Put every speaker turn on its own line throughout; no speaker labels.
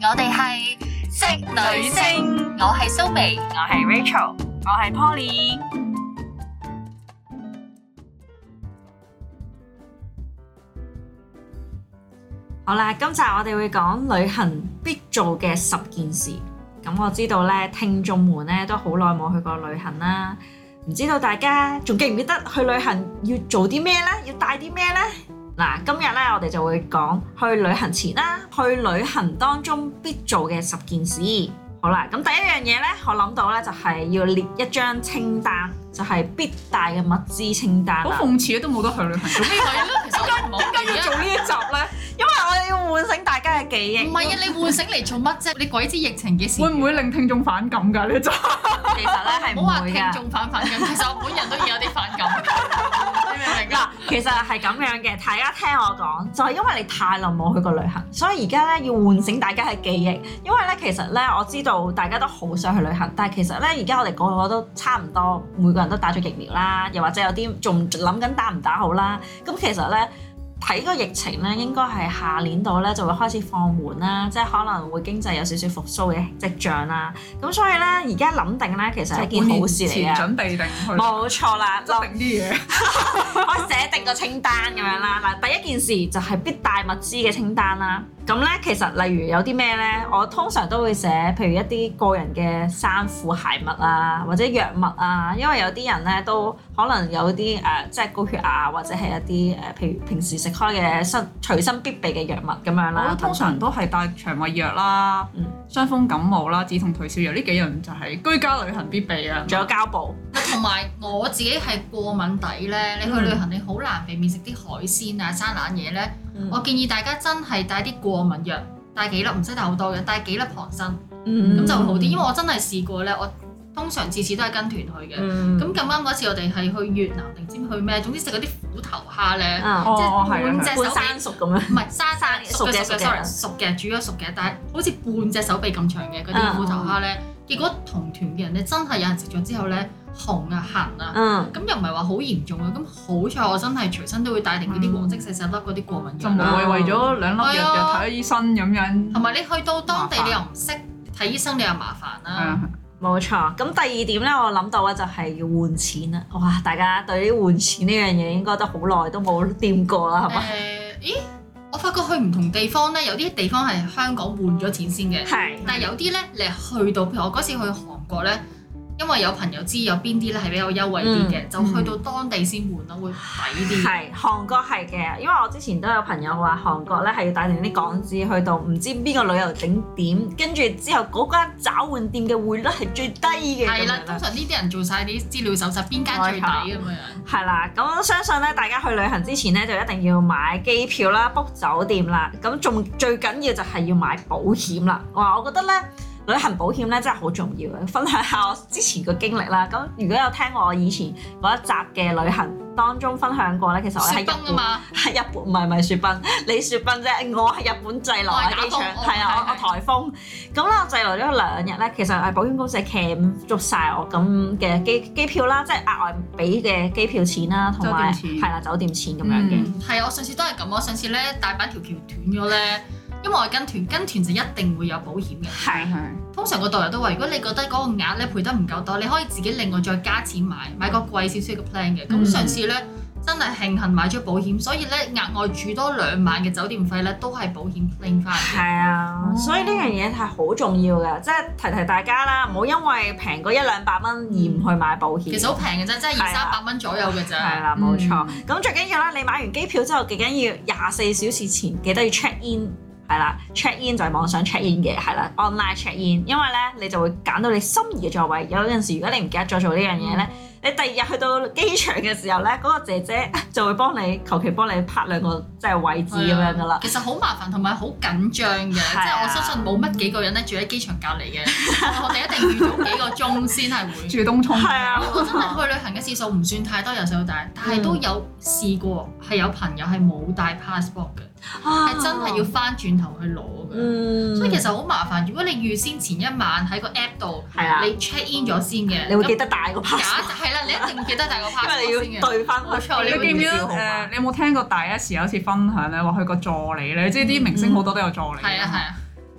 我哋係職
女星
我係蘇眉，
我係 Rachel，我係 Poly。好啦，今集我哋會講旅行必做嘅十件事。咁我知道咧，聽眾們咧都好耐冇去過旅行啦。唔知道大家仲記唔記得去旅行要做啲咩咧？要帶啲咩咧？嗱，今日咧我哋就會講去旅行前啦，去旅行當中必做嘅十件事。好啦，咁第一樣嘢咧，我諗到咧就係要列一張清單，就係、必帶嘅物資清單
好
啦。
諷刺啊，都冇得去旅 行。
係咯，其實我唔好
點解要做呢一集咧？因為我哋要喚醒大家嘅記憶。
唔係啊，你喚醒嚟做乜啫？你鬼知疫情幾時？
會唔會令聽眾反感㗎呢集？
其實咧係
唔
唔
好話
會
聽
㗎。
眾反反感，其實我本人都已有啲反感，你明唔明
嗱
啊？，
其實係咁樣嘅，大家聽我講，就係、因為你太耐冇去過旅行，所以而家咧要喚醒大家嘅記憶。因為咧，其實咧我知道大家都好想去旅行，但係其實咧而家我哋個個都差唔多，每個人都打咗疫苗啦，
嗯
又或者有啲仲諗緊打唔打好啦。咁其實咧。睇個疫情咧，應該係下年度咧就會開始放緩啦，即係可能會經濟有少少復甦嘅跡象啦。咁所以咧，而家諗定咧，其實係一件好事嚟
前
嘅。
準備定去
冇錯啦，
執定啲嘢。
我寫定個清單咁樣啦。嗱，第一件事就係必帶物資嘅清單啦。咁咧，其實例如有啲咩咧，我通常都會寫，譬如一啲個人嘅衫褲鞋襪啊，或者藥物啊，因為有啲人咧都可能有啲誒、呃即係高血壓或者係一啲誒、呃譬如平時食開嘅身隨身必備嘅藥物咁樣
哦
我
啦。
通常都係帶腸胃藥啦
嗯、
傷風感冒啦、止痛退燒藥呢幾樣就係居家旅行必備啊。
仲有膠布，
同埋我自己係過敏底咧，你去旅行你好難避免食啲海鮮啊、生冷嘢咧。我建議大家真係帶啲過敏藥，帶幾粒唔使帶好多嘅，帶幾粒旁身
嗯
咁就會好啲。因為我真係試過咧，我通常次次都係跟團去嘅。
嗯
咁咁啱嗰次我哋係去越南定唔知去咩，總之食嗰啲虎頭蝦咧，
啊
即
哦，係
係
啊
半隻，
半
手
生
臂，
熟咁樣。
唔係生生
生
熟嘅熟
嘅熟
嘅
嘅
，sorry，熟嘅煮咗熟嘅，但係好似半隻手臂咁長嘅嗰
嗯
啲虎頭蝦咧，結果同團嘅人咧真係有人食咗之後咧紅啊痕啊。
嗯，
咁又唔係話好嚴重啊，咁好彩我真係隨身都會帶定嗰啲黃色細細粒嗰啲過敏
就
藥
無
啦，
哦
謂為咗兩粒
啊
藥就睇醫生咁樣。
同埋你去到當地
麻煩
你又唔識睇醫生，你又麻煩
係
啦
啊。
冇錯，咁第二點咧，我諗到嘅就係要換錢啦。哇，大家對啲換錢呢樣嘢應該都好耐都冇掂過啦，係
誒
嘛？，
咦？我發覺去唔同地方咧，有啲地方係香港換咗錢先嘅，
係
但係有啲咧，你係去到譬如我嗰次去韓國咧，因為有朋友知有邊啲咧係比較優惠啲嘅，就去到當地先換咯，會抵啲。
係韓國係嘅，因為我之前都有朋友話韓國咧係要帶定啲港紙去到唔知邊個旅遊景點，跟住之後嗰間找換店嘅匯率係最低嘅咁
係啦，
樣
通
啦。
常呢啲人做晒啲資料搜集，邊間最抵咁樣。
係啦，咁我相信咧，大家去旅行之前咧，就一定要買機票啦、book 酒店啦，咁仲最緊要就係要買保險啦。哇，我覺得咧，旅行保險咧真係好重要嘅。分享下我之前嘅經歷啦。咁如果有聽過我以前嗰一集嘅旅行當中分享過咧，其實我喺
雪
日
崩啊
本，
嘛，
喺日本唔係唔係雪崩， 你雪崩啫，我係日本滯留喺機場，
我係打風
係啊，我
我係
我颱風，咁啦，我滯留咗兩日咧，其實係保險公司係 cam 捉晒我咁嘅機機票啦，即係額外俾嘅機票錢啦，同埋
酒店
係
錢
啦酒店錢咁樣嘅，
嗯
嗯係啊，我上次都係咁，我上次咧大阪條橋斷咗咧，因為我係跟團，跟團就一定會有保險嘅。
係
係
通常個導遊都話，如果你覺得嗰個額咧賠得唔夠多，你可以自己另外再加錢買，買個貴少少嘅 plan 嘅。
嗯
咁上次咧真係慶幸買咗保險，所以咧額外住多兩晚嘅酒店費咧都係保險 claim 翻嘅。
係啊，
哦
所以呢樣嘢係好重要嘅，即係提提大家啦，唔好因為平過一兩百蚊而唔去買保
其
險
實。好平嘅啫，真係二
係啊
三百蚊左右嘅
係啊
咋。
啦，冇錯。
嗯
咁、最緊要啦，你買完機票之後，最緊要廿四小時前記得要 check in，係啦，check in 就係網上 check in 嘅，係啦，online check in。因為咧，你就會揀到你心儀嘅座位。有陣時，如果你唔記得咗做呢樣嘢咧，
嗯
你第二日去到機場嘅時候咧，嗰、個姐姐 就會幫你求其幫你拍兩個即係位置咁樣噶啦。
其實好麻煩同埋好緊張嘅，即
係啊
係我相信冇乜幾個人咧住喺機場隔離嘅， 我哋一定預早幾個鐘先係會。
住東涌。
係啊，
我真嗯係去旅行嘅次數唔算太多，由細到大，但係
嗯
都有試過係有朋友係冇帶 passport 嘅，係真係要翻轉頭去攞嘅。
啊嗯，
所以其實好麻煩。如果你預先前一晚喺個 app 度，
係啊，
你 check in 咗先嘅，
你會記
咁
得帶個
假
p a s
係啦，你一定要記得帶個
s 因
passport
為你啊
先
要
嘅。
對翻
冇錯
你記唔記得
護照號碼
誒？你有冇
嗯
聽過大 S 有一次分享咧，話去個助理咧，即係啲明星好多都有助理㗎嘛。
係啊係啊，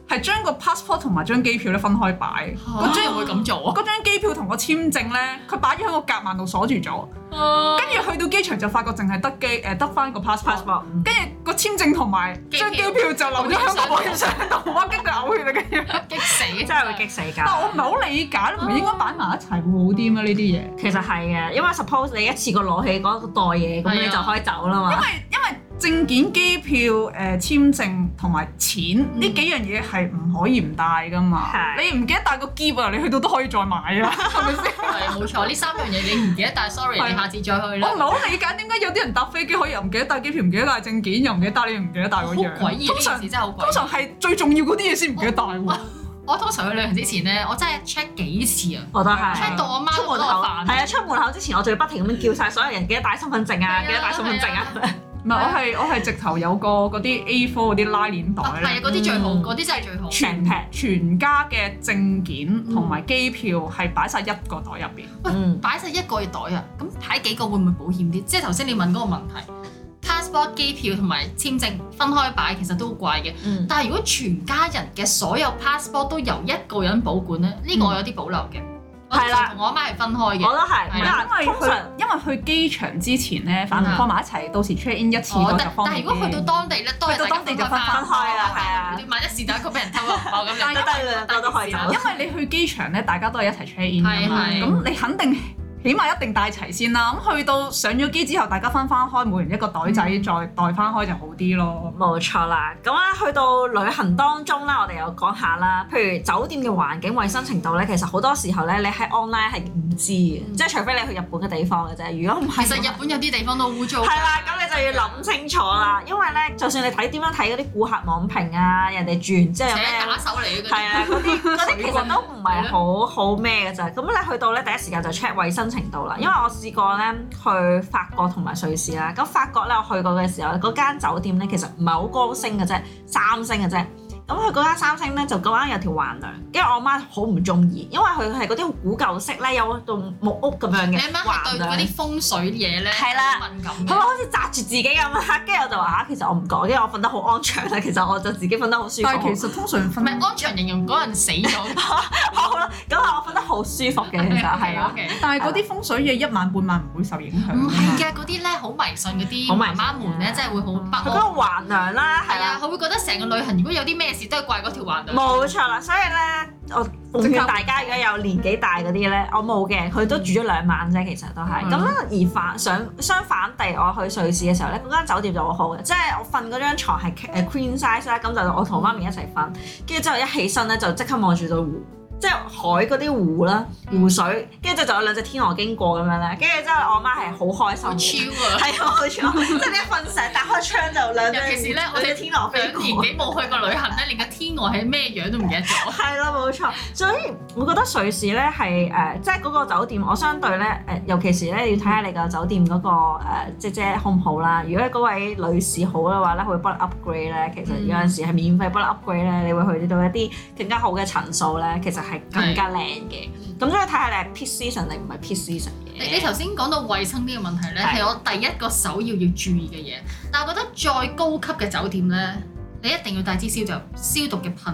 係將個 passport 同埋張機票咧分開擺。
嚇
嗰張人會咁做啊？嗰張機票同個簽證咧，佢擺咗喺個夾萬度鎖住咗，
哦
跟住去到機場就發覺淨係得機誒得翻個 passport，
passport，嗯
跟住個簽證同埋
機
張機
票
票就留咗喺個保險箱度，哇！跟住嘔血啊跟住。
激死，
真係會激死
但我唔
㗎。
係好理解，唔係應該擺埋一齊會好啲咩？呢啲嘢。
其實係嘅，因為 suppose 你一次過攞起嗰袋嘢，咁你
係啊
就可以走啦
因
嘛。
為因為證件、機票、誒、簽證同埋錢呢、幾樣嘢係唔可以唔帶噶嘛。
係
你唔記得帶個箧啊，你去到都可以再買啊，係咪先？
係冇錯，呢三樣嘢你唔記得帶，sorry，
係
你下次再去
我唔
啦。
係好理解點解有啲人搭飛機可以又唔記得帶機票，唔記得帶證件，又唔記得帶你唔記得帶
好詭
嗰
異啊
樣。
哦呢
通
件
常
事真係好詭
通
異。
常係最重要嗰啲嘢先唔記得帶喎。
我通常去旅行之前咧，我真係 check 幾次啊
我都係。
，check 到我媽
出
都
門
多
口
飯。
係啊，出門口之前我仲要不停咁樣叫晒所有人記得帶身份證啊，
係啊
記得帶身份證啊。
唔係我係我係直頭有個嗰啲 A4 嗰啲拉鏈
啊
袋
係啊，
咧，
嗰啲最好，
嗯
嗰啲真係最好。
全
全
劈
全家嘅證件同埋機票係擺晒一個袋入邊。
嗯，
擺晒一個月袋啊，咁擺幾個會唔會保險啲？即係頭先你問嗰個問題，passport、機票同埋簽證分開擺，其實都好貴嘅。
嗯
但係如果全家人嘅所有 passport 都由一個人保管咧，呢、個我有啲保留嘅。我
係啦
就同我阿媽係分開
我
嘅。
都係，
係
因為
因為
通
佢
常
因為去機場之前咧，反
嗯
放埋一齊，到時 check in 一次
我
過就
但
方
但係
便
如果去到
啲。
當地咧，都係大家
去到當地就分
返
分開啦係啊
萬一是但一個俾人偷銀包咁，
都
你
得兩個都可以走。
因為你去機場咧，大家都係一齊 check in 㗎嘛，
係係
咁你肯定起碼一定帶齊先啦。咁去到上咗機之後，大家分翻開，每人一個袋仔，
嗯
再袋翻開就好啲咯。
冇錯啦，咁啊咧去到旅行當中啦，我哋又講下啦，譬如酒店嘅環境衞生程度咧，其實好多時候咧，你喺 online 係唔知嘅，
嗯
即係除非你去日本嘅地方嘅啫。如果唔係，
其實日本有啲地方都污糟㗎。
係啦，咁你就要諗清楚啦，因為咧，就算你睇點樣睇嗰啲顧客網評啊，人哋住完之後有
且打
咩，
手嚟嘅嗰啲
係啊，嗰 啲嗰啲其實都唔係好好咩嘅咋。咁你去到咧第一時間就 check 衞生程度啦，因為我試過咧去法國同埋瑞士啦，咁法國咧我去過嘅時候，嗰間酒店咧其實唔係好高星嘅啫，三星嘅啫。咁佢嗰間三星咧就咁啱有條橫梁，因為我媽好唔中意，因為佢係嗰啲好古舊式咧，有棟木屋咁樣
你
嘅
阿媽
橫
係對
梁
嗰。啲風水嘢咧
係啦
好敏感
佢話
嘅。
好似扎住自己咁啦，跟住我就話啊嚇，其實我唔講，因為我瞓得好安詳啊啦，其實我就自己瞓得好舒服。
但係其實通常
唔
瞓
係安詳形容嗰人死咗。，
好啦，咁啊，我瞓得好舒服嘅，其實係啊 啦
OK，OK
但係嗰啲風水嘢一晚半晚唔會受影響㗎
啊唔
嘛。
係嘅，嗰啲咧好迷信嗰啲
好迷
媽
信
媽們咧，
嘅
真係會好不
佢嗰
安。
個橫梁啦，係
係啊，
啦，
佢會覺得成個旅行如果有啲咩事都係怪嗰條橫梁。
冇錯啦，所以咧，我奉勸大家，如果有年紀大嗰啲咧，我冇嘅，佢都住咗兩晚啫，其實都係。
嗯
咁啊而反相相反地，我去瑞士嘅時候咧，嗰間酒店就好好嘅，即係我瞓嗰張床係誒 queen size 啦，咁就我同媽咪一齊瞓，跟住之後一起身咧就即刻望住到湖。即係海嗰啲湖啦，
嗯
湖水，跟住之後就有兩隻天鵝經過咁樣咧，跟住之後我媽係好開
好
心嘅，
超啊！
係啊冇錯，即係你一瞓醒打開窗就兩隻，
尤其是呢我哋
兩隻天
兩
鵝飛
年
過。
幾冇去過旅行咧，連個天鵝係咩樣都唔記得咗。
係啦，冇錯。所以我覺得瑞士咧係誒，即係嗰個酒店，我相對咧誒、尤其是咧要睇下你個酒店嗰、個、呃、姐姐好唔好啦。如果嗰位女士好嘅話咧，佢會幫你 upgrade 咧。其實
嗯
有陣時係免費幫你 upgrade 咧，你會去到一啲更加好嘅層數咧，其實係更加靚嘅。咁所以睇下你係 peak season 定唔係 peak season
你你
嘅。
頭先講到衞生呢個問題咧，
係
係我第一個首要要注意嘅嘢。但係我覺得再高級嘅酒店咧，你一定要帶支消毒消毒嘅噴霧。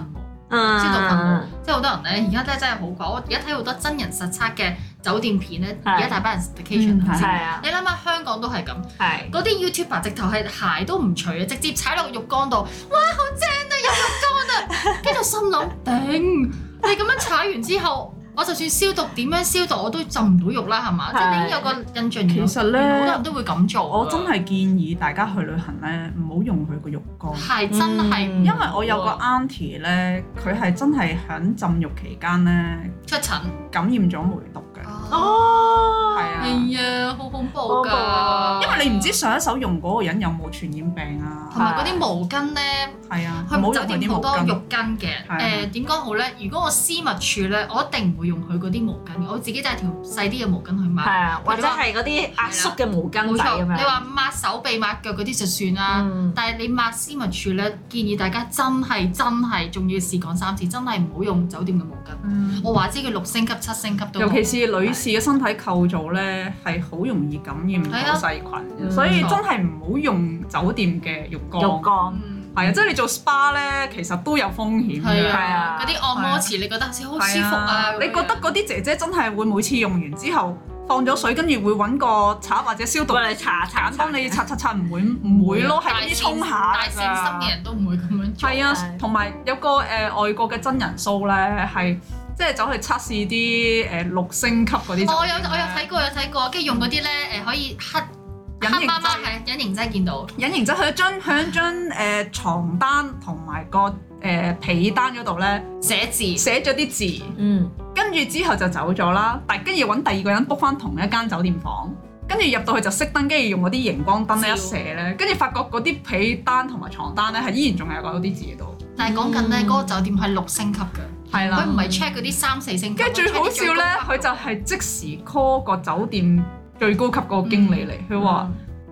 嗯
消毒噴霧，即係好多人咧，而家咧真係好怪。我而家睇好多真人實測嘅酒店片咧，
係
而家大班人 vacation
嗯
係
係
啊，
你諗下香港都係咁，
係。
嗰啲 YouTuber 直頭係鞋都唔除啊，直接踩落浴缸度，哇好正啊，有浴 缸啊，跟住心諗頂，你咁樣踩完之後，我就算消毒點樣消毒我都浸唔到浴啦，係嘛？即
係
係你已經有個印象，
其實呢
原來好多人都會咁做啊。
我真係建議大家去旅行咧，唔好用佢個浴缸。
係真係
嗯
唔
因為我有個 auntie 咧，佢係真係喺浸浴期間咧
出疹。
感染咗梅毒嘅，
哦，
哦，
係啊，因
係啊，好恐怖
恐怖啊
㗎，
為你唔知上一手用嗰個人有冇傳染病啊，
同埋嗰啲毛巾咧。
係啊，唔
佢
好
酒
用佢
店
啲
好
毛
多浴
巾，
巾嘅，
係
誒點講好咧？如果我私密處咧，我一定唔會用佢嗰啲毛巾嘅，我自己帶條細啲嘅毛巾去
係
抹。
啊，或者係嗰啲壓縮嘅毛巾
冇
仔咁
錯，
啊
樣。
你話抹手臂、抹腳嗰啲就算啦，
嗯
但係你抹私密處咧，建議大家真係真係，仲要試講三次，真係唔好用酒店嘅毛巾。
嗯
我話知佢六星級、七星級都好
尤其是女士嘅身體構造咧係好容易感染
係啊
到細菌，
嗯
所以
冇錯
真係唔好用酒店嘅浴
浴
缸。
缸。
嗯
係啊，即係你做 SPA 咧，其實都有風險
係
嘅。
啊，
係啊
嗰啲按摩池你覺得好似好舒服啊，咁
你
樣
覺得嗰啲姐姐真係會每次用完之後放咗水，跟住會揾個刷或者消毒
幫你搽搽
簡幫你擦擦擦，唔會唔會咯，係
大
嗰
善
啲沖下
大善心嘅
人。
人都唔會咁樣做。
係啊，同埋有個誒、呃外國嘅真人 show 咧，係即係走去測試啲誒、呃、六星級嗰啲酒店咧。
哦我有我有睇過有睇過，跟住用嗰啲咧誒可以黑
隱
黑
形
媽媽
劑
係隱形劑見到，
隱形質佢張響張誒牀單同埋個誒、呃被單嗰度咧
寫字
寫咗啲字，
嗯，
跟住之後就走咗啦。但跟住揾第二個人 book 翻同一間酒店房，跟住入到去就熄燈，跟住用嗰啲熒光燈咧
照
一射咧，跟住發覺嗰啲被單同埋床單咧係依然仲係有嗰啲字喺度，
但係講緊咧
嗯
嗰個酒店係六星級嘅，
係
佢
啦。
唔係 check 嗰啲三四星級。
嗯跟住最好笑咧，佢就係即時 call 個酒店最高級嗰個經理嚟，佢話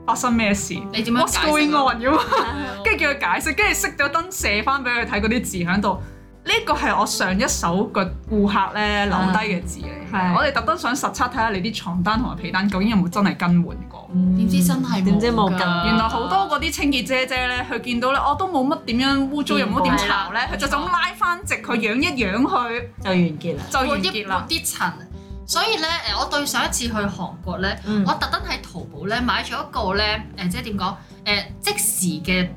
發生咩事
你嗯點樣
，what's
解
going
釋啊？
on 咁啊
係
跟住叫佢解釋，跟住熄咗燈射翻俾佢睇嗰啲字喺度。呢個係我上一手個顧客咧留低嘅字
嗯
嚟
係
嘅，我哋特登想實測睇下你啲床單同埋被單究竟有冇真係更換過。
點知真係
點知冇
㗎
㗎？
原來好多嗰啲清潔姐姐咧，佢見到咧，我、都冇乜點樣污
嗯
糟，又冇點巢咧，佢就咁拉翻直佢養一養佢
就完結啦。
就
撥
完
一
結
撥
啦。
啲塵。所以咧，誒，我對上一次去韓國咧，
嗯
我特登喺淘寶咧買咗一個咧，誒、即係點講，誒、即時嘅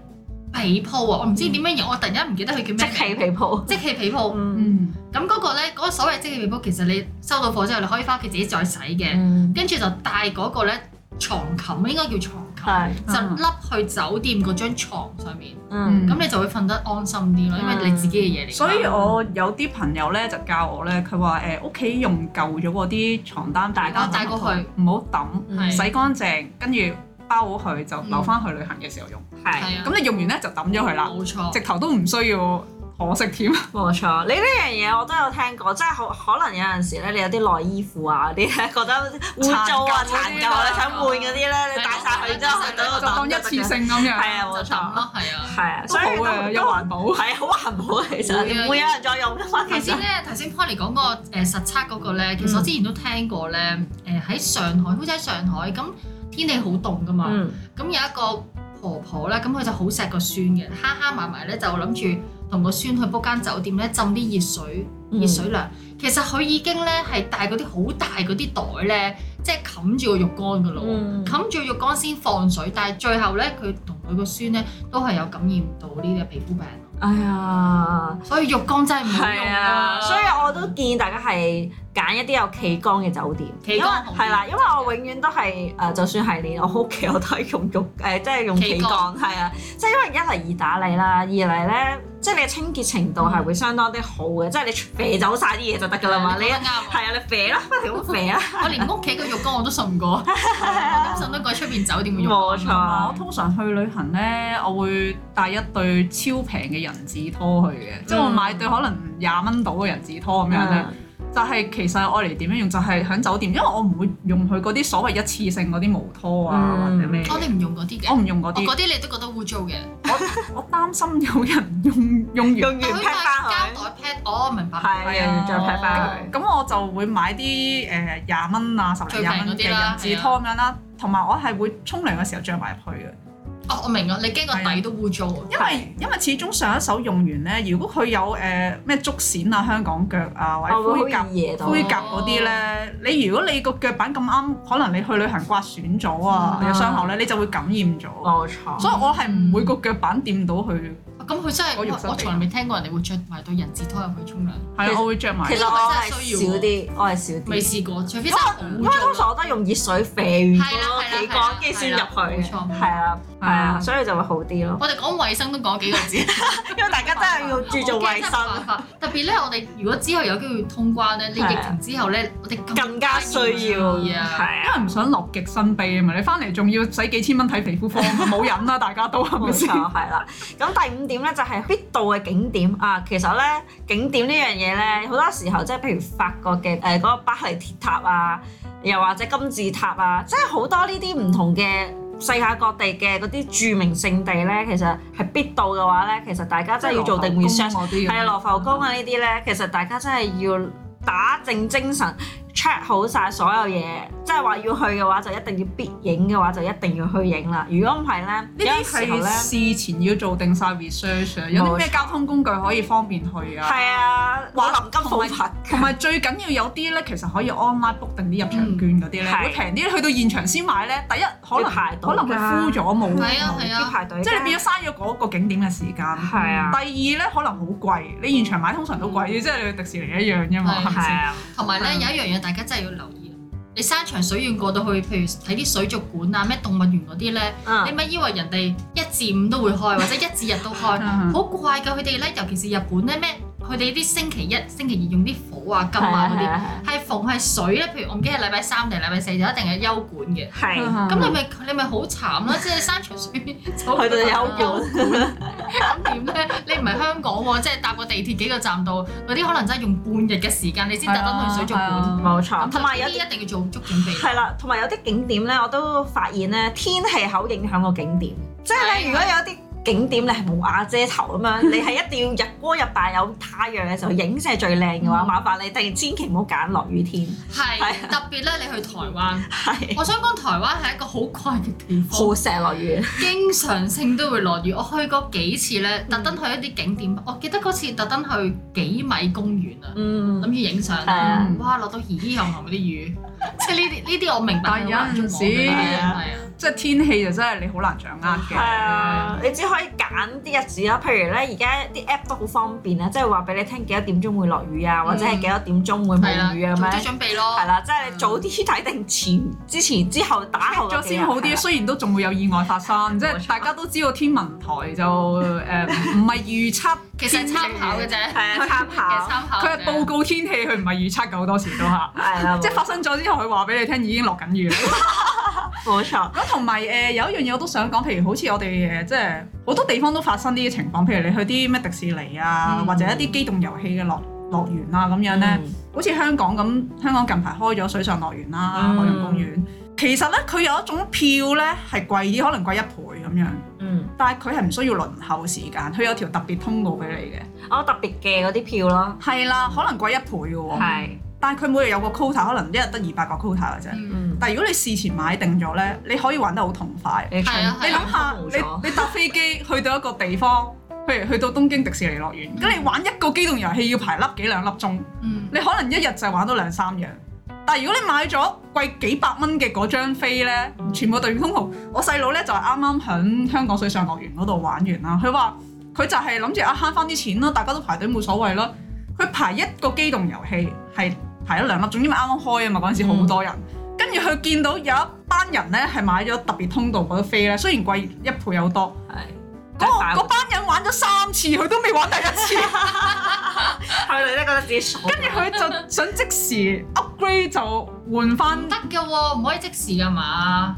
被鋪啊，我唔知點樣形容，我突然間唔記得佢叫
即
咩名，
棄皮鋪，
即氣被鋪。
嗯
嗯，
咁嗰個咧，嗰、個所謂即氣被鋪，其實你收到貨之後，你可以翻屋企自己再洗嘅，
嗯，
跟住就帶嗰個咧床冚，應該叫床冚，
係，
就笠去酒店嗰張床上面，
嗯，
咁你就會瞓得安心啲咯，因為你自己嘅嘢嚟㗎嘛。
嗯所以我有啲朋友咧就教我咧，佢話誒屋企用舊咗嗰啲床單大家
哦帶過去，
唔好抌。
嗯
係
洗乾淨，跟住包好佢就留翻去旅行嘅時候用。
係
係啊，
咁你用完咧就抌咗佢啦，
冇錯
直。頭都唔需要可惜 添。
冇錯。你呢樣嘢我都有聽過，即係可可能有陣時咧，你有啲內衣褲啊嗰啲 咧，覺得污糟啊、
殘舊嗰啲
殘舊啊，你想換嗰啲咧，你戴晒佢之後，
係
去等
我
我
就
當
當一次性咁
係
樣，
啊，冇
就抌
錯，
咯，係 啊。
係啊，
都
所以
好
都
嘅，又
都
環保。
係好環保啊，其
會啊
實唔會有人再用㗎嘛。
其
其
實
實
咧，頭先 Polly 講個誒實測嗰個咧，其
嗯
實我之前都聽過咧，誒、喺上海，好似喺上海，咁天氣好凍噶嘛，
嗯
咁、有一個婆婆咧，咁佢就好錫個孫嘅，哈哈埋埋咧就諗住同個孫去 book 間酒店咧浸啲熱水
嗯
熱水涼，其實佢已經咧係帶嗰啲好大嗰啲袋咧，即係冚住個浴缸噶咯喎。
嗯
冚住浴缸先放水，但係最後咧，佢同佢個孫咧都係有感染到呢啲皮膚病，
哎呀，
所以浴缸真係唔好用
係啊，所以我都建議大家係揀一啲有企缸嘅酒店，
企缸
因為係啦，因為我永遠都係誒、呃就算係連我屋企我都係用浴誒、呃即係用企缸，係啊，即係因為一嚟易打理啦，二嚟咧，即係你嘅清潔程度係會相當啲好嘅，即係你肥走晒啲嘢就得㗎啦嘛，你
講
係
得啱啊
啊，你肥啦，不停咁肥啦，
我連屋企個浴缸我都信唔過，我都信得過出邊酒店嘅浴
冇
缸。
啊我
錯，
通常去旅行咧，我會帶一對超平嘅人字拖去嘅，即係我買對可能廿蚊到嘅人字拖咁樣咧。
嗯
就係其實我嚟點樣用，就係喺酒店，因為我唔會用佢嗰啲所謂一次性嗰啲毛拖啊
嗯
或者咩嘅，
我哋唔用嗰啲
我
嘅，
唔用嗰
我
啲。
嗰啲你都覺得污糟嘅。
我擔心有人用用
用完
完，
但佢
pack
帶
翻
膠
佢，
袋 pad，我明白。
係
係
啊
啊，
再 pack 翻
哦
咁我就會買啲誒廿蚊啊、十零廿蚊
最
嘅
平嗰啲啦
人字拖咁樣啦，同埋我係會沖涼嘅時候着埋入去嘅，
哦，我明啦，你驚個底都污糟啊。
因為因為始終上一手用完咧，如果佢有誒咩足癬啊、香港腳啊或
佢，哦我
者
會
灰
好
甲
易夜到。
灰甲嗰啲咧，你如果你個腳板咁啱，可能你去旅行刮損咗啊，
嗯
有傷口咧，你就會感染咗。
冇錯，
所以我係唔會個腳板掂到佢，
咁佢真係，
我用手
我我從來未聽過人哋會着埋對人字拖入去沖涼，
係
其
啊
實
我會着埋
其。實我係少啲，我係少
未
啲。
試過，除非真係好
因
污
為
糟。
通常我都用熱水肥完
係啦係啦
嗰幾
係啦
缸，跟住先入
冇
去嘅。
錯嗯
係啊，係啊，所以就會好啲咯。
我哋講衞生都講幾個字，
因為大家真係 要注重衞生，
生。特別咧，我哋如果之後有機會通關咧，呢
係啊
疫情之後咧，我哋
更加需要
注意啊。
係
因
啊，
為唔想落極身悲啊嘛，你翻嚟仲要使幾千蚊睇皮膚科，啊 冇癮啦，大家都係
冇
咪
啊
先？
錯係啦。咁第五點咧就係必到嘅景點啊。其實咧景點呢樣嘢咧，好多時候即係譬如法國嘅誒嗰個巴黎鐵塔啊，又或者金字塔啊，即係好多呢啲唔同嘅世界各地嘅嗰啲著名勝地咧，其實係必到嘅話咧，其實大家真係要做啊定 research。
啊嗰啲
係啊，羅浮宮
啊，
啊呢啲咧，其實大家真係要打正精神 check 好晒所有嘢，即係話要去嘅話就一定要必影嘅話就一定要去影啦。如果唔係咧，有
呢啲
時候咧
係事前要做定晒 research 啊，有啲咩交通工具可以方便去啊？
係啊，
哇
話臨急抱佛
同埋最緊要有啲咧，其實可以 online book 定啲入場券嗰啲咧，
嗯係
會平啲。去到現場先買咧，第一
要
可能
排隊㗎
可能佢 full 咗冇，
係啊係
要
啊，
排隊㗎，
即係你變咗嘥咗嗰個景點嘅時間。
係啊嗯
第二咧可能好貴，你現場買通常都貴，即係你去迪士尼一樣啫嘛，
係
係咪
係
先？
啊，
同埋咧有一樣嘢大家真係要留意啊！你山長水遠過到去，譬如睇啲水族館啊、咩動物園嗰啲咧，你
嗯
咪以為人哋一至五都會開，或者一至日都開。
嗯
好怪㗎！佢哋咧，尤其是日本咧，咩佢哋啲星期一、星期二用啲火啊、金啊嗰
係
啲，
啊
係逢係水咧。譬如我唔記得係禮拜三定係禮拜四就一定係休館嘅。
係啊係
嗯
咁你咪你咪好慘啦！即係山長水遠走
去到有
休
用，
咁點咧？你唔係香港喎，即係搭個地鐵幾個站到嗰啲，可能真係用半日嘅時間，你先特登去水族館。
冇
咁
錯，
同
啊同
埋
埋
有
有
啲
啲。
一定要做足準備。
係啦，同埋有啲景點咧，我都發現咧，天氣好影響個景點。即係
係
咧，如果有一啲景點你係冇瓦遮頭咁樣，你係一定要日光日白有太陽嘅時候影先係最靚嘅話，
嗯
麻煩你哋千祈唔好揀落雨天，
係
係
特別咧，你去台灣，
係
我想講台灣係一個好怪嘅地方，
好錫落雨。
經常性都會落雨。我去過幾次咧，特登去一啲景點，我記得嗰次特登去幾米公園啊，諗
嗯，
住影相
係
啊
啊，
哇落到嘻嘻冚冚嗰啲 雨，即係呢啲呢啲我明白
但係有陣時
係啊係啊，
即係天氣就真係你好難掌握嘅。
係啊，你只可以揀啲日子啦。譬如咧，而家啲 app 都好方便啊，即係話俾你聽幾多點鐘會落雨啊，或者係幾多點鐘會
係
冇雨啊
啦，
咁
做
樣。
足準備咯
係。啦，即係你早啲睇定前、之前、之後打後嗰
咗
幾日
先好啲，。雖然都仲會有意外發生，即係大家都知道天文 台就誒唔係預測，
其實係參考嘅啫，
係啊，參
其實
考。
參考
佢
嘅
係
啫。
報告天氣，佢唔係預測嘅好多時都嚇。
係啦，
即係發生咗之後，佢話俾你聽已經落緊雨啦。
冇錯，
咁同埋誒有一樣嘢我都想講，譬如好似我哋誒呃即係好多地方都發生呢啲情況，譬如你去啲咩迪士尼啊，
嗯
或者一啲機動遊戲嘅樂樂園啊咁樣咧，
嗯
好似香港咁，香港近排開咗水上樂園啦、
嗯
海洋公園。其實咧，佢有一種票咧係貴啲，可能貴一倍咁樣，
嗯，
但係佢係唔需要輪候時間，佢有條特別通告俾你嘅。
我特別嘅嗰啲票咯，
係啦，可能貴一倍嘅喎，
係，
但係佢每日有個 quota，可能一日得二百個 quota 嘅啫。
嗯
嗯，
但係如果你事前買定咗咧，你可以玩得好痛快。
你
係啊
你諗下，你你搭飛機去到一個地方，譬如去到東京迪士尼樂園，咁你玩一個機動遊戲要排粒幾兩粒鐘，
嗯，
你可能一日就玩到兩三樣。但係如果你買咗貴幾百蚊嘅嗰張飛咧，全部對通號，我細佬咧就係啱啱喺香港水上樂園嗰度玩完啦。佢話佢就係諗住啊慳翻啲錢啦，大家都排隊冇所謂啦。佢排一個機動遊戲係排咗兩粒鐘，因為啱啱開啊嘛，嗰陣時好多人。跟住佢見到有一班人咧係買咗特別通道嗰啲飛咧，雖然貴一倍有多，
係，
嗰嗰班人玩咗三次，佢都未玩第一次。
佢哋都覺得自己傻，
跟住佢就想即時 upgrade 就換翻
唔得嘅喎，唔可以即時㗎嘛。
誒、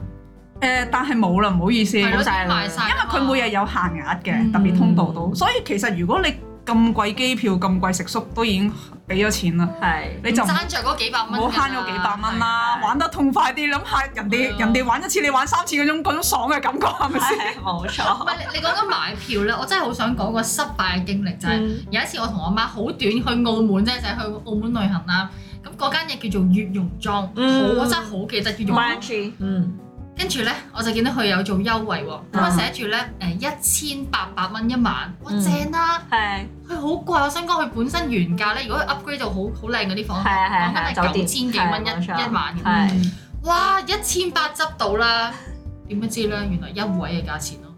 呃但係嗯冇啦，唔好意思，因
係
為
咯，
冇晒啦
賣晒㗎嘛。
佢每日有限額嘅，
嗯
特別通道到，所以其實如果你咁貴機票、咁貴食宿都已經俾咗錢啦，
係，
你就
嗯
唔
爭着嗰幾百蚊，
好慳咗幾百蚊
啊
啦，
係
玩得痛快啲，諗下人
係
哋
啊
人哋玩一次，你玩三次嗰種嗰種爽嘅感覺係咪先？
係冇
唔
錯，
係你你講緊買票咧，我真係好想講個失敗嘅經歷就係、
嗯
有一次我同我媽好短去澳門啫，就係、去澳門旅行啦。咁嗰間嘢叫做月榕莊，好
嗯
我真係好記得月榕莊。
Mangy，嗯，
跟住咧，我就見到佢有做優惠喎，咁啊
嗯
寫住咧誒一千八百蚊一晚，哇
嗯
正啦、
係，
佢好貴，我想講佢本身原價咧，如果佢 upgrade 到好好靚嗰啲房，
係啊係啊
講緊
係啊
係
酒
九
店
千幾蚊一
係冇錯
一晚咁樣
係
嗯
哇！一千八執到啦，點不知咧？原來一位嘅價錢咯。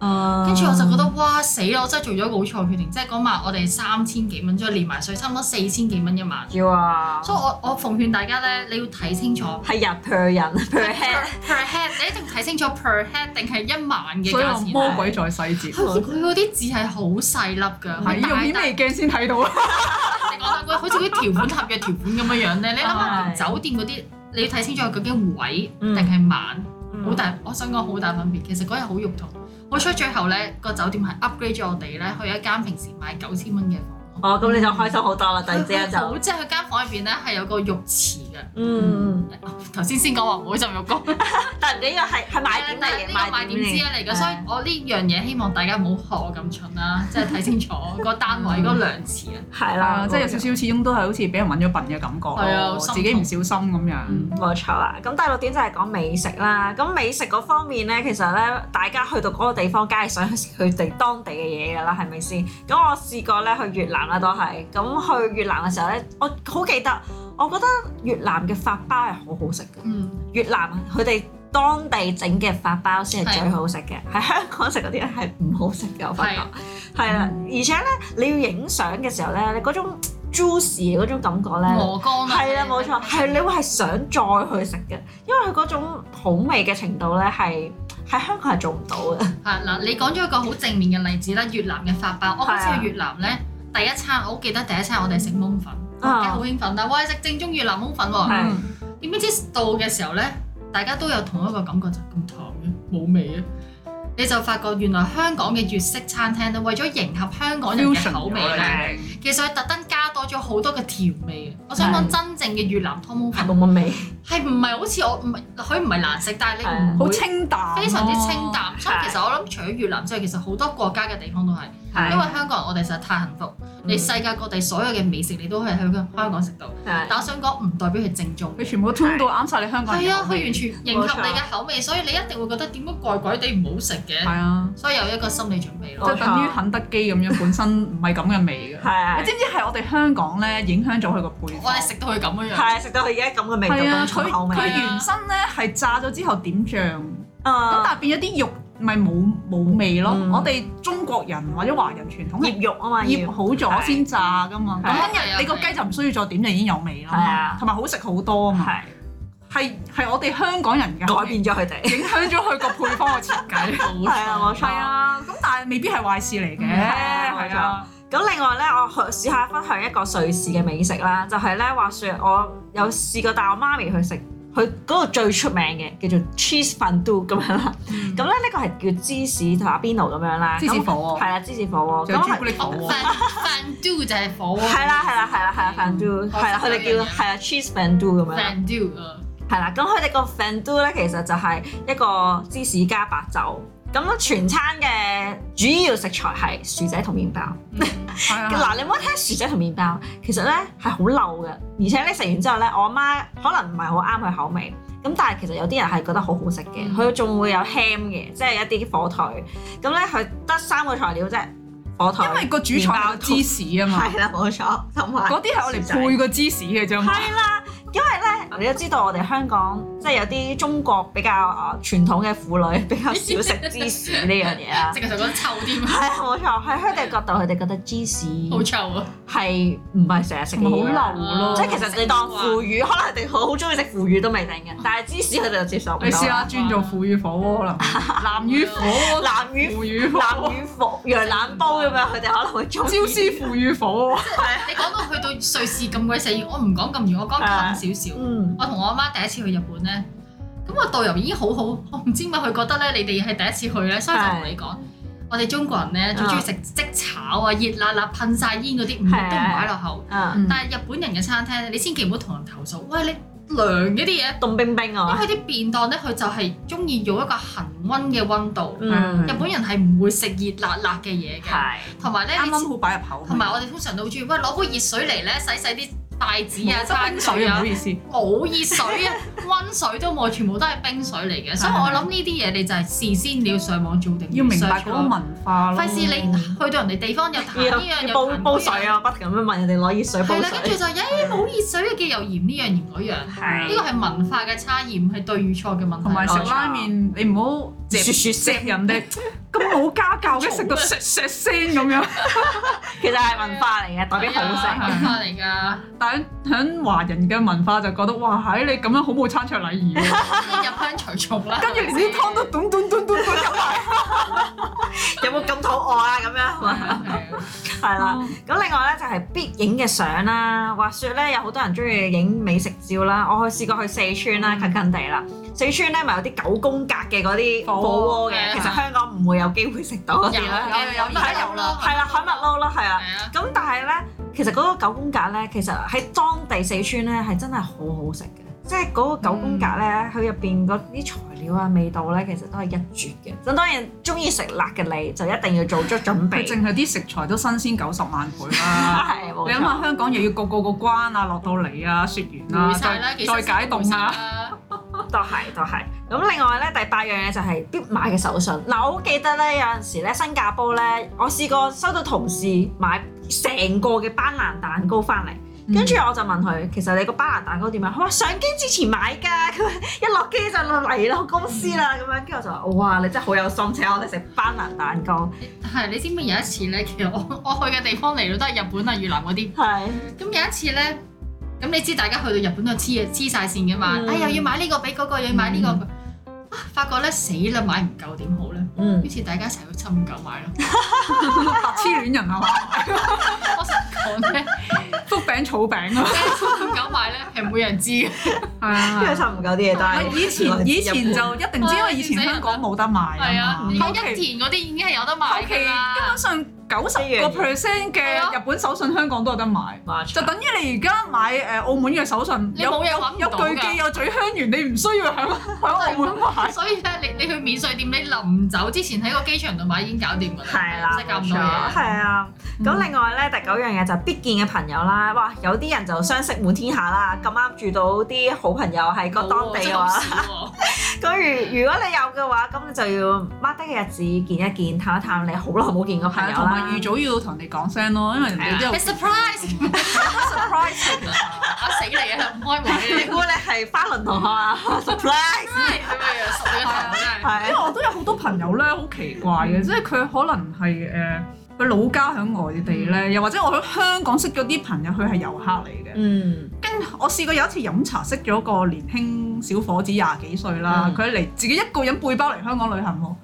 啊
跟住我就覺得哇死啦！我真係做咗一個好錯嘅決定，即係嗰晚我哋三千幾蚊，再連埋税，差唔多四千幾蚊一晚。
要啊，
所以我我奉勸大家咧，你要睇清楚
係人 per 人 per
per
head，
per head，你一定要睇清楚 per head 定係一晚嘅
所以
價
話
錢。啊
魔鬼在細節，
佢佢嗰啲字係好細粒㗎，
係
佢
用
大
顯
大
微鏡先睇到啊！
你講到好似嗰啲條款合約條款咁樣樣咧，你諗 下連
啊係
酒店嗰啲，你要睇清楚究竟位定
嗯
係晚，好大，我想講好大分別。其實嗰日好肉痛，好彩最後咧個酒店係 upgrade 咗我哋咧去一間平時賣九千蚊嘅房咯。
哦，咁你就開心好多啦，突然之間就
佢好，即係佢間房入邊咧係有個浴池㗎，嘅。
嗯，
頭先先講話唔會浸浴缸，
但呢個係係賣點嚟
但係
嘅，
呢個賣點之一嚟嘅，所以我呢樣嘢希望大家唔好學我咁蠢啦，即係睇清楚個單位嗰兩詞啊。
係
係
啦
啦，，即係有少少始終都係好似俾人揾咗笨嘅感覺
係啊
咯，
心痛
自己唔小心咁樣。
嗯
冇錯啦，咁第六點就係講美食啦。咁美食嗰方面咧，其實咧，大家去到嗰個地方，梗係想去食佢哋當地嘅嘢㗎啦，係咪先？咁我試過咧去越南啊啦，都係。咁去越南嘅時候咧，我好記得，我覺得越南嘅法包係好好食嘅。
嗯，
越南佢哋當地整嘅法包先係最好食嘅，喺香港食嗰啲咧係唔好食嘅，我發覺
係
係啦。而且咧，你要影相嘅時候咧，你嗰種 juicy 嗰種感覺咧。
鵝肝啊
係啦，冇錯，係你會係想再去食嘅，因為佢嗰種好味嘅程度咧，係喺香港係做唔到嘅。
係嗱，你講咗一個好正面嘅例子啦，越南嘅法包。我嗰
係啊
次去越南咧，第一餐我好記得第一餐我哋食檬粉，梗係好興奮啦！哇，食正宗越南檬粉
哦
喎。
啊係
點不知到嘅時候咧，大家都有同一個感覺，就咁淡嘅，冇味啊！你就發覺原來香港嘅粵式餐廳咧，為咗迎合香港人嘅
fusion
口
咗
味
啦
咧。
已經
其實佢特登加多咗好多嘅調味啊嘅。我想講真正嘅越南湯姆
係
粉
冇乜味。
係唔係好似我唔係佢唔係難食，但係
係
你唔
好
會
清哦淡，
非常之清。淡。所以
係
其實我諗除咗越南之外，其實好多國家嘅地方都係，
哦係
因為香港人我哋實在太幸福，
嗯
你
嗯
世界各地所有嘅美食你都係喺香港食到。
係
但我想講唔代表佢正宗
佢。嗯全部都 tune 到啱晒你香港人
係
嘅
啊，
口
佢
味
完全迎合你嘅口味，所以你一定會覺得點解怪怪地唔好食
係
嘅。
啊，
所以有一個心理準備
即
咯
冇錯。
係等於肯德基咁樣，本身唔係咁嘅味嘅。你
係
知唔知係我哋香港咧影響咗佢個配方？
我哋食到佢咁樣樣，
係食到佢而家咁嘅味道
係啊，
咁
佢
重口味。
佢
係啊
原身咧係炸咗之後點醬，咁但
啊，
係變咗啲肉咪冇冇味咯。
嗯
我哋中國人或者華人傳統係
醃肉啊嘛，
醃
醃
好咗先炸噶嘛，
係
咁今
係
日
啊
你個雞就唔需要再點就已經有味啦
係啊
嘛，同埋好食好多啊嘛，
係
係係我哋香港人嘅口
改
味
變咗佢哋。
影響咗佢個配方嘅設計。
冇
係啊，
錯
冇。錯
係。啊，咁但係未必係壞事嚟嘅，
嗯係啊冇錯
係啊，
咁另外咧，我去試下分享一個瑞士嘅美食啦，就係咧話説我有試過帶我媽咪去食，佢嗰個最出名嘅叫做 cheese fondue 咁樣啦。
嗯
咁咧呢個係叫芝士同阿邊爐咁樣啦。
啊芝士
咁
火
係啦，啊芝士火鍋。
仲有朱
咁
古力火
哦飯
鍋，
飯 do 就係火鍋
係啦，係啦，係啦，係啦 f a n d u
嗯
係啦，佢哋叫
我識
係啦 cheese f a n d u 咁樣啦，
飯 do 啊，
係啦。咁佢哋個 f a n d u 咧，其實就係一個芝士加白酒。咁咧全餐嘅主要食材係薯仔同麵包。
係啊，
嗱，你唔好聽薯仔同麵包，其實咧係好漏嘅，而且咧食完之後咧，我阿媽可能唔係好啱佢口味。咁但係其實有啲人係覺得好好食嘅，
嗯
佢仲會有 ham 嘅，即係一啲火腿。咁咧佢得三個材料啫，火腿。
因為個主菜有芝士啊嘛，
係啦，冇錯，同埋
嗰啲係我嚟配個芝士嘅啫嘛，
係啦，因為咧你都知道我哋香港即係有啲中國比較啊傳統嘅婦女比較少食芝士呢樣嘢啦。
即 係就覺得臭添，
係啊，冇錯，喺佢哋角度，佢哋覺得芝士
好臭啊！
係唔係成日食嘅嘢啦
好流咯，
即係其實你當腐乳，可能佢哋好好中意食腐乳都未定嘅，但係芝士佢哋就接受唔到。
你試下轉做腐乳火鍋啦，南乳火鍋、
南 乳
腐乳火
南
鍋、
乳腐羊腩煲咁樣，佢哋可能會中意。
椒絲腐乳火鍋，
你講到去到瑞士咁鬼死熱，我唔講咁遠，我講近少少。
嗯，
我同我阿媽第一次去日本咧，咁個導遊已經好好，我唔知點解佢覺得咧，你哋係第一次去咧，所以就同你講。我哋中國人咧最中意食即炒啊，熱辣辣噴晒煙嗰啲，唔都唔擺落口。
啊，
但係日本人嘅餐廳咧，你千祈唔好同人投訴，喂你涼嗰啲嘢，
凍冰冰
因
啊，
為啲便當咧佢就係中意用一個恒温嘅温度。
嗯
日，本人係唔會食熱辣辣嘅嘢嘅，
係
同埋咧，
啱
你知
啱好擺入口，
同埋我哋通常都好中意，喂攞杯熱水嚟咧，洗洗啲筷子啊、
真
餐
冰水
水
啊，
啊
唔好，意思，
冇熱水 啊、温水都冇，全部都係冰水嚟嘅。所以
係
我諗呢啲嘢你就係事先你要上網做定
要明白
research
嗰個
咯
文化咯，
費事你去到人哋地方又彈呢樣
要
又彈
要煲
嗰
煲
樣
水，啊，不停咁樣問人哋攞熱水煲
係啦，跟
水。
住就誒冇熱水啊嘅又嫌呢樣嫌嗰樣。
係
呢個係文化嘅差異，唔係對與錯嘅問題。啊
啊同埋食拉麵，你唔好嚼
雪雪聲
嚼人哋咁冇家教嘅食到石石聲咁樣。
其實係文化嚟嘅，代表好
係啊
食。
文化嚟㗎。
但響華人嘅文化就覺得哇，係你咁樣好冇餐桌禮 儀喎，
入鄉隨俗啦。啊
跟住連啲 湯都短短短短短入埋。
有冇咁肚餓啊？咁樣係嘛
係啊
係啦。咁另外咧就係必影嘅相啦，話說咧有好多人中意影美食照啦。我去試過去四川啦，近近地啦。四川咧咪有啲九宮格嘅嗰啲火鍋
火鍋
嘅，
嘅
其實香港唔會有機會食到嗰啲
有
啦。
嘅有
有
有有啦，
係啦，海麥撈啦，係啊。
係啊，
咁但係咧，其實嗰個九宮格咧，其實喺當地四川咧係真係好好食嘅，即係嗰個九宮格
嗯
咧，佢入邊嗰啲材料啊、味道咧，其實都係一絕嘅。咁當然中意食辣嘅你就一定要做足準
佢
備，
淨係啲食材都新鮮九十萬倍啦。
係冇
你諗
錯。
下香港又要個個個關啊，落到嚟啊，雪完啊，
攰晒啦
再，
其實
再解凍啊，
啦，
都係都係。咁另外咧，第八樣嘢就係必買嘅手信。嗱，我好記得咧，有陣時咧，新加坡咧，我試過收到同事買成個嘅班蘭蛋糕翻嚟。跟住我就問佢，其實你個巴拿蛋糕點樣？佢話上機之前買㗎，咁樣一落機就嚟到公司啦，咁樣。跟住我就話：哇，你真係好有心，請我哋食巴拿蛋糕。
係你知唔知有一次咧？其實我我去嘅地方嚟到都係日本啊、越南嗰啲。
係，
咁有一次咧，咁你知大家去到日本就黐啊黐曬線嘅嘛，
嗯
哎又要買呢個俾嗰個，又要買呢個，啊
嗯
發覺咧死啦買唔夠點好咧，
嗯
於，是大家一齊去親狗買咯。
白痴戀人啊嘛，
我想講咧，
福餅草餅啊，
親狗買咧係冇人知嘅，
係
因為
啊。
差唔夠啲嘢，但係
以前以前就一定知，因為以前香港冇得賣
係啊，
啊嘛。
而
後
家一
期
田嗰啲已經係有得
後
買
期
㗎
根
啦
本。上九十個 percent 嘅日本手信香港都有得賣。就等於你而家買誒澳門嘅手信，
你
有
冇嘢
有
揾唔
有
到㗎
巨記有咀香園，你唔需 要喺喺澳門買。
所以咧，你你去免税店，你臨走之前喺個機場度買已經搞掂㗎啦，
係啦
唔使，搞
冇
咁
錯
多嘢。
係啊。咁
嗯
另外咧，第九樣嘢就係必見嘅朋友啦。哇，有啲人就相識滿天下啦，咁啱住到啲好朋友喺個當
啊
地嘅話。
話，
咁如如果你有嘅話，咁你就要 mark 低嘅日子見一見，探一探你好耐冇見過朋
係啊，
友
同埋
啦。
預早要同你講聲咯，因為人哋都
係啊 surprise，
surprise
打死你啊！唔開門俾
你
你，
估你係花輪同學啊？surprise
係係咪啊？熟你個頭真係。
因為
係
我都有好多朋友咧，好奇怪嘅，即係佢可能係誒佢老家喺外地
嗯
咧，又或者我喺香港識咗啲朋友，佢係遊客嚟嘅。
嗯
跟我試過有一次飲茶識咗個年輕小伙子廿幾歲啦
嗯，
佢嚟、自己一個人背包嚟香港旅行喎。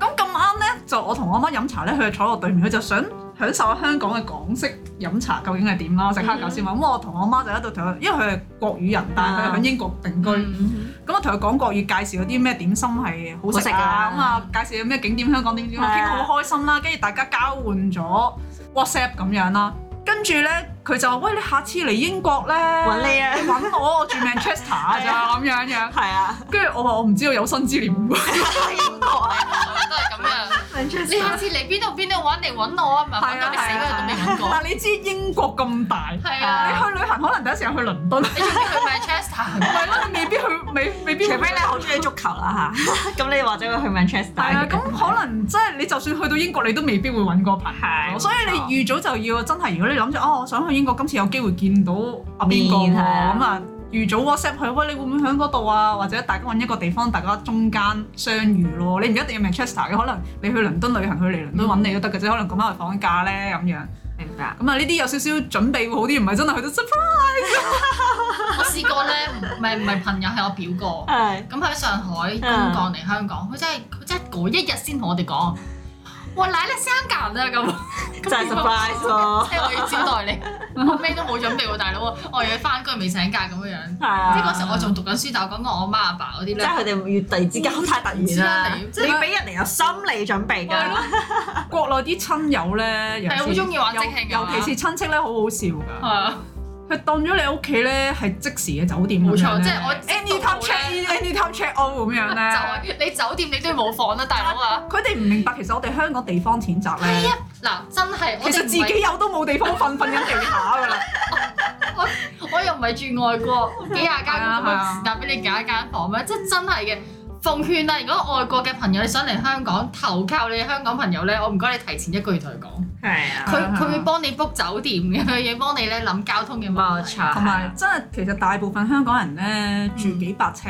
咁咁啱咧，就我同我媽飲茶咧，佢就坐我對面，佢就想享受下香港嘅港式飲茶究竟係點啦，食蝦餃先嘛。咁、我同我媽就喺度同佢，因為佢係國語人，但係佢喺英國定居。
嗯
咁我同佢講國語，介紹嗰啲咩點心係好食啊，咁
好
啊介紹有咩景點香港點點，
係啊
傾得好開心啦，跟住大家交換咗 WhatsApp 咁樣啦，跟住咧佢就話：喂，你下次嚟英國咧，
揾你啊
揾我，我住 Manchester 啊
係啊
咋咁樣樣。
係啊，
跟住我話我唔知道有生之年會，
英國啊
都係咁樣。你下
Manchester
次嚟邊度邊度玩嚟揾我啊？唔係揾到你死嗰日都未揾過。
啊但你知英國咁大，你
係
啊
啊，
去旅行可能第一時間去倫敦，
你仲要去 Manchester？
係咯，你未必去，未未必
除
去
非你好中意足球啦嚇，咁你或者會去 Manchester
係啊，
嘅。
咁可能即係你就算去到英國，你都未必會揾個朋
係
哦
冇錯
友，所以你預早就要真係，如果你諗住哦，我想去英國，今次有機會見到阿邊個喎，
面係啊
咁啊預早 WhatsApp 佢，喂，你會唔會喺嗰度啊？或者大家揾一個地方，大家中間相遇咯。你唔一定要 Manchester 嘅，可能你去倫敦旅行，佢嚟倫敦揾
嗯
你都得嘅啫。可能咁啱去放假咧咁樣，
明白。
咁啊呢啲有少少準備會好啲，唔係真係去到 surprise。
我試過咧，唔係唔係朋友，係我表哥。
係
咁佢喺上海公
嗯
幹嚟香港，佢真係佢真係嗰一日先同我哋講，哇奶你生格啊咁，啊
就係 surprise 咯
即，係我要招待你，我咩都冇準備喎，大佬啊，我又要翻工又未請假咁樣樣。
係
即係
啊，
嗰時我仲讀緊書，但我講緊我阿媽阿爸嗰啲
即
咧
係，佢哋越突然之間好太突然啦，
唔
你
知啦你
俾人哋有心理準
係
備㗎
咯。
國內啲親友咧，尤
係好
其是
中意玩即啊興㗎
尤尤其是親戚咧，好好笑㗎
係。啊
佢當咗你屋企咧係即時嘅酒店咁
冇
樣
錯，
咧
即係我知道
anytime
我
check
咧
in anytime check on 咁樣
就
咧。
係你酒店你都要冇房啦，大佬啊！
佢哋唔明白，其實我哋香港地方淺窄
係
咧，
啊，嗱真係
其
我
實
哋
自
唔係
己有都冇地方瞓，瞓緊地下㗎 啦。
我又唔係住外國，幾廿間
係啊
咁
係啊
樣但俾你揀一間房咩？即係真係嘅。奉勸啊啦，如果外國嘅朋友你想嚟香港投靠你香港朋友咧，我唔該你提前一個月同佢講，
係啊，
佢佢會幫你 book 酒店嘅，佢要幫你咧諗交通嘅
冇
問題。
錯。
同埋真係其實大部分香港人
嗯
咧住幾百尺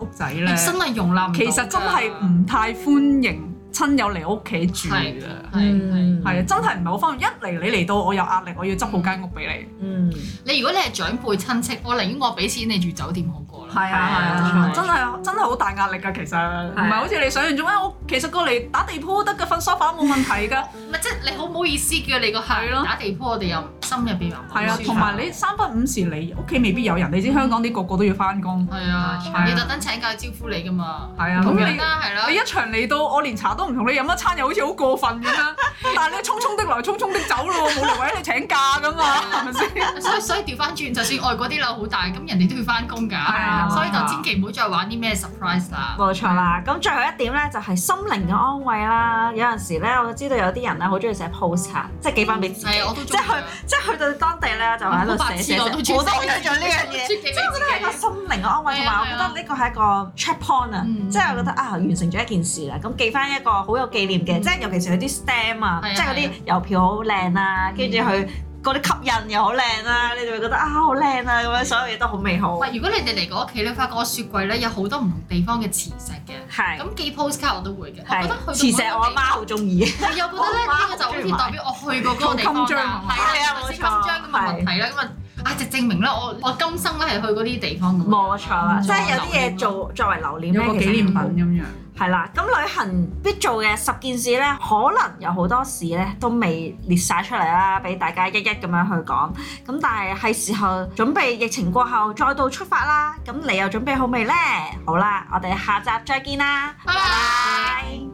屋仔咧，
真係容嗯納唔到㗎啊
其實真係唔太歡迎親友嚟屋企住
係係
㗎。
嗯
嗯係。
係啊，真係唔係好方便。一嚟你嚟到，我有壓力，我要執好間屋俾你。
嗯，
你如果你係長輩親戚，我寧願我俾錢你住酒店好過啦。
啊
係
係啊
真係真係好大壓力㗎，其實唔
係
係好似你想象中，哎我其實過嚟打地鋪得㗎，瞓梳化冇問題㗎，
唔係即係你好唔好意思叫你個客
係咯
打地鋪，我哋又唔心入邊話
係啊，
舒服
同埋你三不五時你屋企未必有人，你知香港啲個個都要翻工。
係啊，你特登請假招呼你噶嘛？
係啊，咁
同樣
你
啦，係啦
你。一場嚟到，我連茶都唔同你飲一餐，又好似好過分咁 樣。但係你匆匆的來，匆匆的走咯，冇理由喺度請假噶嘛，係咪先？
所以所以調翻轉，就算外國啲樓好大，咁人哋都要翻工
啊
㗎，所以就千祈唔好再玩啲咩 surprise 啦。
冇錯啦，咁最後一點咧就係心靈嘅安慰啦。有陣時咧，我知道有啲人咧好中意寫 postcard，即係寄翻俾自己，
係啊，我都
即
中
係
意
去即係去到當地咧就喺度寫寫寫，
我
我
都
都
中意
好想做呢樣嘢。
即係啊
即係我覺得係個心靈嘅安慰，同
係
埋
啊
我覺得呢個係一個 check point 啊，
嗯
即係我覺得啊完成咗一件事啦，咁寄翻一個好有紀念嘅，
嗯
即係尤其是佢啲 stamp 啊，
係啊
即係嗰啲郵票好靚啦，跟住佢嗰啲吸引又好靚啦，你就會覺得啊好靚啊咁樣，所有嘢都好美好
唔，係，如果你哋嚟我屋企咧，發覺我雪櫃咧有好多唔同地方嘅磁石嘅，
係
咁寄 postcard 我都會嘅。我覺得去
係，
到
磁石我阿媽好中意。
係啊，我覺得咧
我媽
呢個就好似代表我去過嗰個地方
做襟章
啦
啊，
係啊，
係啊
冇錯，
冇錯
金章咁嘅物體啦，咁啊，啊就證明啦，我我今生咧係去嗰啲地方咁樣。
冇錯啦，
嗯
即係有啲嘢做作為留念
有個
咧，其
紀
實
念品咁樣。
係啦。咁旅行必做嘅十件事咧，可能有好多事咧都未列晒出嚟啦，俾大家一一咁樣去講。咁但係係時候準備疫情過後再度出發啦。咁你又準備好未呢？好啦，我哋下集再見啦，
拜拜
拜